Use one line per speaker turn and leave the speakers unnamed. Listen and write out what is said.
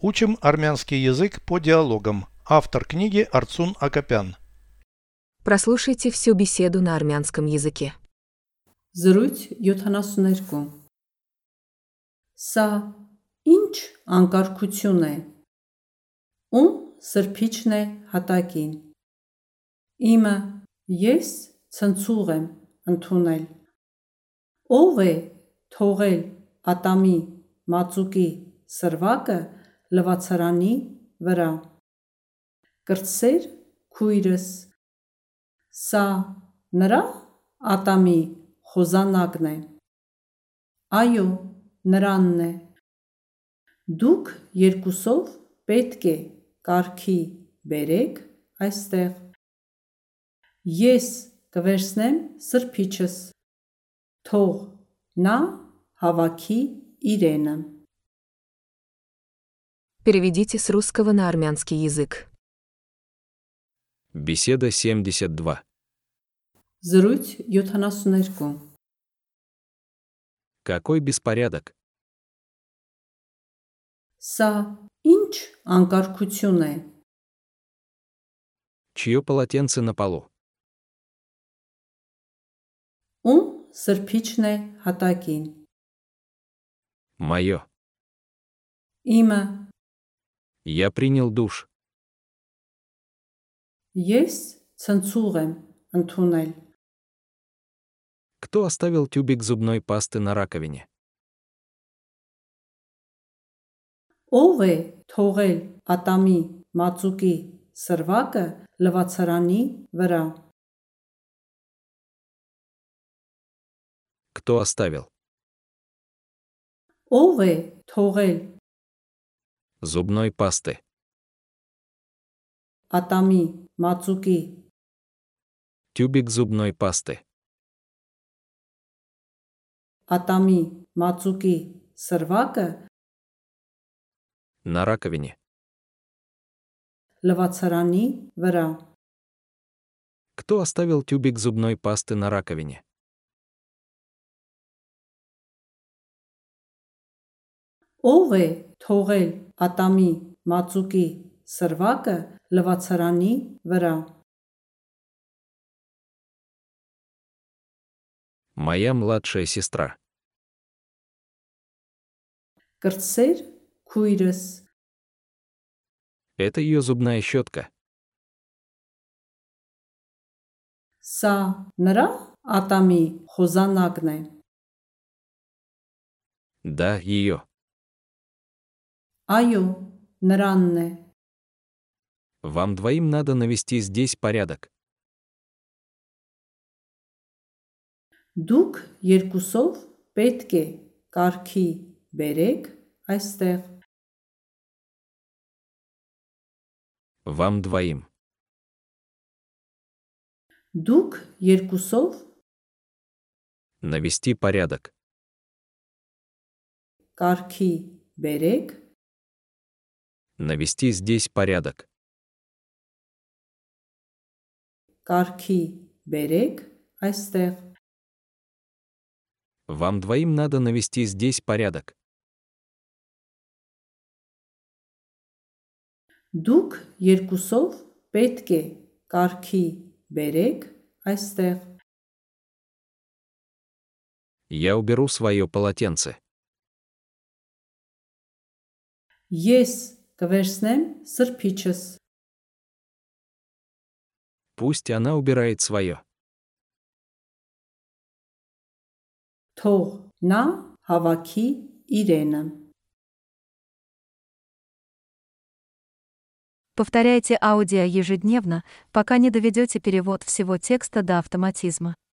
Учим армянский язык по диалогам. Автор книги Арцун Акопян.
Прослушайте всю беседу на армянском языке.
Զրույց 72 Սա ինչ անկարգություն է։ Ում սրբիչն է հատակին։ Իմը ես ցնցուղ եմ ընդունել։ Ով է թողել ատամի մածուկի սրվակը լվացարանի վրա։ Կրտսեր քույրս։ Սա նրա ատամի խոզանակն է։ Այո, նրանն է։ Դուք երկուսով պետք է կարքի բերեք այստեղ։ Ես կվերցնեմ սրբիչս։ Թող նա հավաքի իրենը։
Переведите с русского на армянский язык.
Беседа 72.
Զրույց 72
Какой беспорядок?
Սա ինչ անկարգություն է։
Чье полотенце на полу?
Ում սրբիչն է հատակին։
Мое.
Իմը
Я принял душ.
ես ցնցուղ եմ ընդունել։
Кто оставил тюбик зубной пасты на раковине?
Ով է թողել ատամի մածուկի սրվակը լվացարանի վրա։
Кто оставил?
Ով է թողել
Зубной пасты.
ատամի մածուկի
Тюбик зубной пасты.
ատամի մածուկի սրվակը
На раковине.
լվացարանի վրա։
Кто оставил тюбик зубной пасты на раковине?
Ով է թողել ատամի մածուկի սրվակը լվացարանի վրա։
Моя младшая сестра.
Կրտսեր քույրս։
Это ее зубная щетка.
Սա նրա ատամի խոզանակն է։
Да, ее.
Այո, նրանն է։
Вам двоим надо навести здесь порядок.
Դուք երկուսով պետք է կարքի բերեք այստեղ։
Вам двоим.
Դուք երկուսով
Навести порядок.
կարքի բերեք
Навести здесь порядок.
կարքի բերեք այստեղ։
Вам двоим надо навести здесь порядок.
Դուք երկուսով պետք է կարքի բերեք այստեղ։
Я уберу свое полотенце.
Ես կվերցնեմ սրբիչս։
Пусть она убирает свое.
Թող նա հավաքի իրենը։
Повторяйте аудио ежедневно, пока не доведете перевод всего текста до автоматизма.